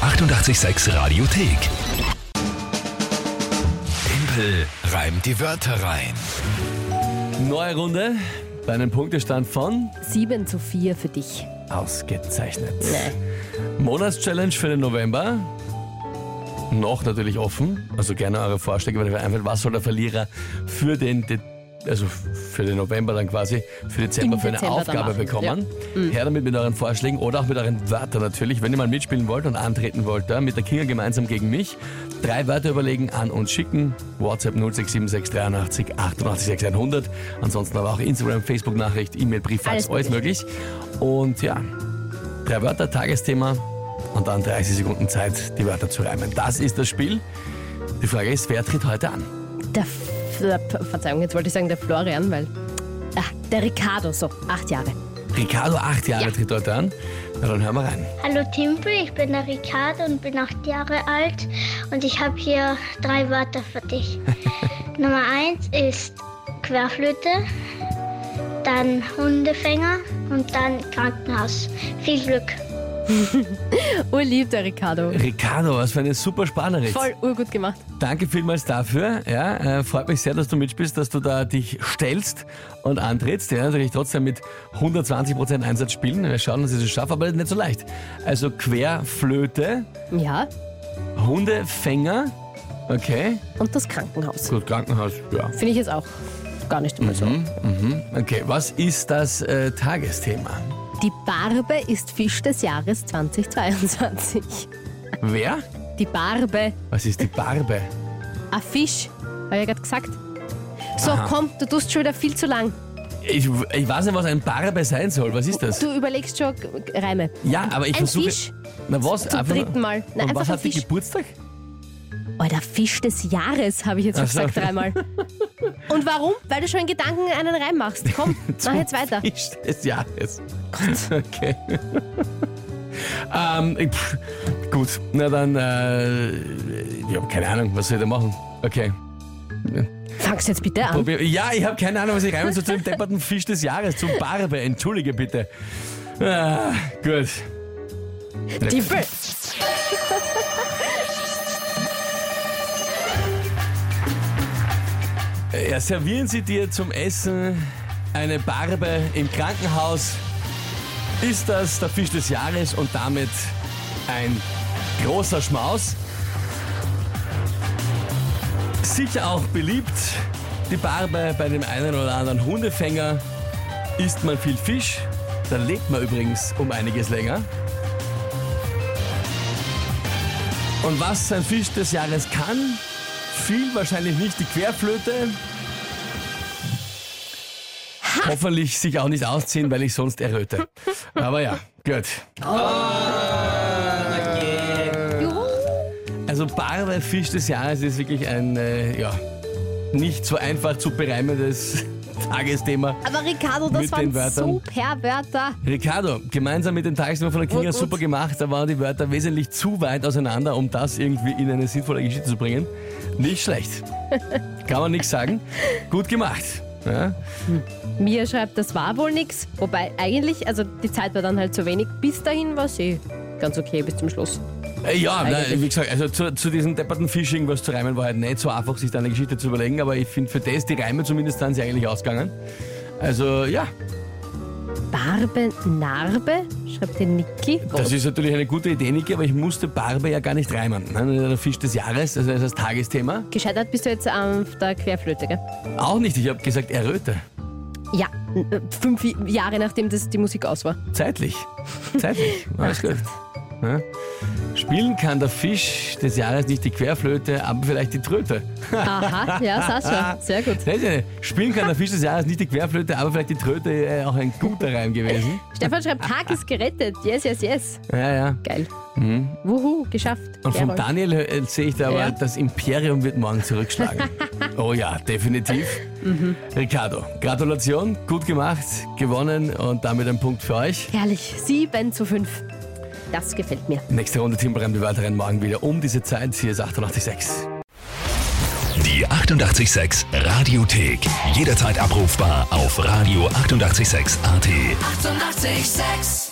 886 Radiothek. Tempel reimt die Wörter rein. Neue Runde bei einem Punktestand von 7 zu 4 für dich. ausgezeichnet. Monatschallenge für den November. Noch natürlich offen. Also gerne eure Vorschläge, wenn euch einfällt, was soll der Verlierer für den, De also für den November dann quasi, für Dezember Im für eine Dezember dann Aufgabe machen, ja. bekommen. Her damit mit euren Vorschlägen oder auch mit euren Wörtern natürlich. Wenn ihr mal mitspielen wollt und antreten wollt, da mit der Kinga gemeinsam gegen mich, drei Wörter überlegen, an uns schicken. WhatsApp 0676 83 88 6100. Ansonsten aber auch Instagram, Facebook-Nachricht, E-Mail, Brief, Fax, Alles alles möglich. Und ja, Drei Wörter, Tagesthema und dann 30 Sekunden Zeit, die Wörter zu reimen. Das ist das Spiel. Die Frage ist, wer tritt heute an? Der, F- der P- Verzeihung, jetzt wollte ich sagen der Florian, weil. Ah, der Ricardo, so, acht Jahre. Ricardo, acht Jahre, Ja. tritt heute an. Na, dann hören wir rein. Hallo Timpel, ich bin der Ricardo und bin acht Jahre alt und ich habe hier drei Wörter für dich. Nummer eins ist Querflöte, dann Hundefänger und dann Krankenhaus. Viel Glück. Urlieb, der Ricardo. Ricardo, was für eine super Spannerin. Voll urgut gemacht. Danke vielmals dafür. Ja, äh, freut mich sehr, dass du mitspielst, dass du da dich stellst und antrittst. Ja, natürlich trotzdem mit 120% Einsatz spielen. Wir schauen, dass ich es schaffe, aber nicht so leicht. Also Querflöte, Ja, Hundefänger. Okay, und das Krankenhaus. gut, Krankenhaus, ja. Finde ich jetzt auch gar nicht mal so. Mhm. Okay, was ist das äh, Tagesthema? Die Barbe ist Fisch des Jahres 2022. Wer? Die Barbe, Was ist die Barbe? ein Fisch, habe ich ja gerade gesagt. So, komm, du tust schon wieder viel zu lang. Ich, ich weiß nicht, was ein Barbe sein soll. Was ist das? Du überlegst schon äh, Reime. ja, aber ich ein versuche. Fisch. Na was? Zum Einfach nur- dritten Mal. Na, und einfach was ein hat die Fisch. Geburtstag? Alter, Fisch des Jahres, habe ich jetzt Ach schon so. gesagt dreimal. Und warum? Weil du schon in Gedanken einen Reim machst. Komm, mach jetzt weiter. Fisch des Jahres. Okay. ähm, ich- pff, gut, na dann, äh, ich habe keine Ahnung, was soll ich da machen? Okay. Fangst jetzt bitte an. Probier, ja, ich habe keine Ahnung, was ich reimen soll zu dem depperten Fisch des Jahres, zum Barbe. Entschuldige bitte. Ah, gut. Die Bö- Ja, servieren Sie dir zum Essen eine Barbe im Krankenhaus. Ist das der Fisch des Jahres und damit ein großer Schmaus? Sicher auch beliebt, die Barbe bei dem einen oder anderen Hundefänger. Isst man viel Fisch, dann lebt man übrigens um einiges länger. Und was ein Fisch des Jahres kann, viel wahrscheinlich nicht die Querflöte. Hoffentlich sich auch nicht ausziehen, weil ich sonst erröte. Aber ja, gut. Juhu. Also Barbe Fisch des Jahres ist wirklich ein äh, ja, nicht so einfach zu bereimendes Tagesthema. Aber Ricardo, das Mit den waren Wörtern. super Wörter. Ricardo, gemeinsam mit dem Tagesthema von der Kinga Gut, gut. super gemacht. Da waren die Wörter wesentlich zu weit auseinander, um das irgendwie in eine sinnvolle Geschichte zu bringen. Nicht schlecht. Kann man nichts sagen. Gut gemacht. Ja? Mia schreibt, das war wohl nix. Wobei eigentlich, also die Zeit war dann halt zu wenig. Bis dahin war es eh ganz okay bis zum Schluss. Äh, Ja, Eigentlich. nein, wie gesagt, also zu, zu diesem depperten Phishing was zu reimen war halt nicht so einfach, sich da eine Geschichte zu überlegen, aber ich finde für das, die Reime zumindest sind sie eigentlich ausgegangen. Also ja, Barbe, Narbe, schreibt die Niki. das ist natürlich eine gute Idee, Niki, aber ich musste Barbe ja gar nicht reimen. ne? Der Fisch des Jahres, also das ist das Tagesthema. Gescheitert bist du jetzt auf der Querflöte, gell? Auch nicht, ich habe gesagt Erröte. Ja, äh, fünf Jahre nachdem das die Musik aus war. Zeitlich. Zeitlich. Alles gut. Ja? Spielen kann der Fisch des Jahres nicht die Querflöte, aber vielleicht die Tröte. Aha, ja, Sascha, sehr gut. Das ist eine- Spielen kann der Fisch des Jahres nicht die Querflöte, aber vielleicht die Tröte, äh, auch ein guter Reim gewesen. Stefan schreibt, Tag ist gerettet. Yes, yes, yes. Ja, ja. Geil. Wuhu, geschafft. Und vom Jawohl. Daniel äh, sehe ich da aber, Ja. das Imperium wird morgen zurückschlagen. oh ja, definitiv. Ricardo, Gratulation, gut gemacht, gewonnen und damit ein Punkt für euch. Herrlich, 7 zu 5. Das gefällt mir. Nächste Runde Timbrem, die weiteren morgen wieder um diese Zeit. Hier ist 886. Die 886 Radiothek. Jederzeit abrufbar auf radio886.at. 886! 886. 886